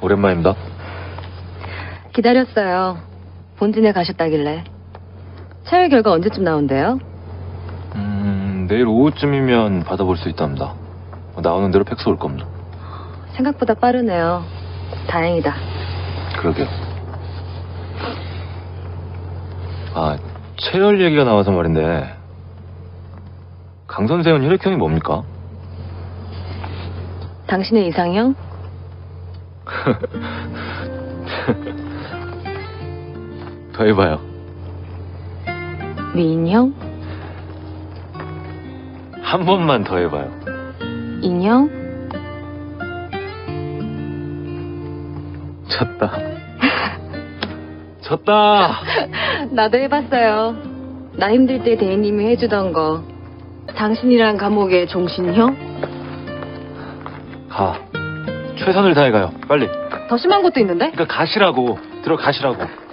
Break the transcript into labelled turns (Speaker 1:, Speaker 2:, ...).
Speaker 1: 오랜만입니다.
Speaker 2: 기다렸어요. 본진에 가셨다길래. 차열 결과 언제쯤 나온대요?
Speaker 1: 음, 내일 오후쯤이면 받아볼 수 있답니다. 뭐 나오는 대로 팩스 올 겁니다.
Speaker 2: 생각보다 빠르네요. 다행이다.
Speaker 1: 그러게요. 아, 채열 얘기가 나와서 말인데, 강 선생은 혈액형이 뭡니까?
Speaker 2: 당신의 이상형?
Speaker 1: 더 해봐요.
Speaker 2: 미인형?
Speaker 1: 한 번만 더 해봐요.
Speaker 2: 인형?
Speaker 1: 졌다. 졌다!
Speaker 2: 나도 해봤어요. 나 힘들 때 대리님이 해주던 거. 당신이란 감옥의 종신형?
Speaker 1: 가. 최선을 다해가요. 빨리.
Speaker 2: 더 심한 것도 있는데?
Speaker 1: 그러니까 가시라고. 들어가시라고.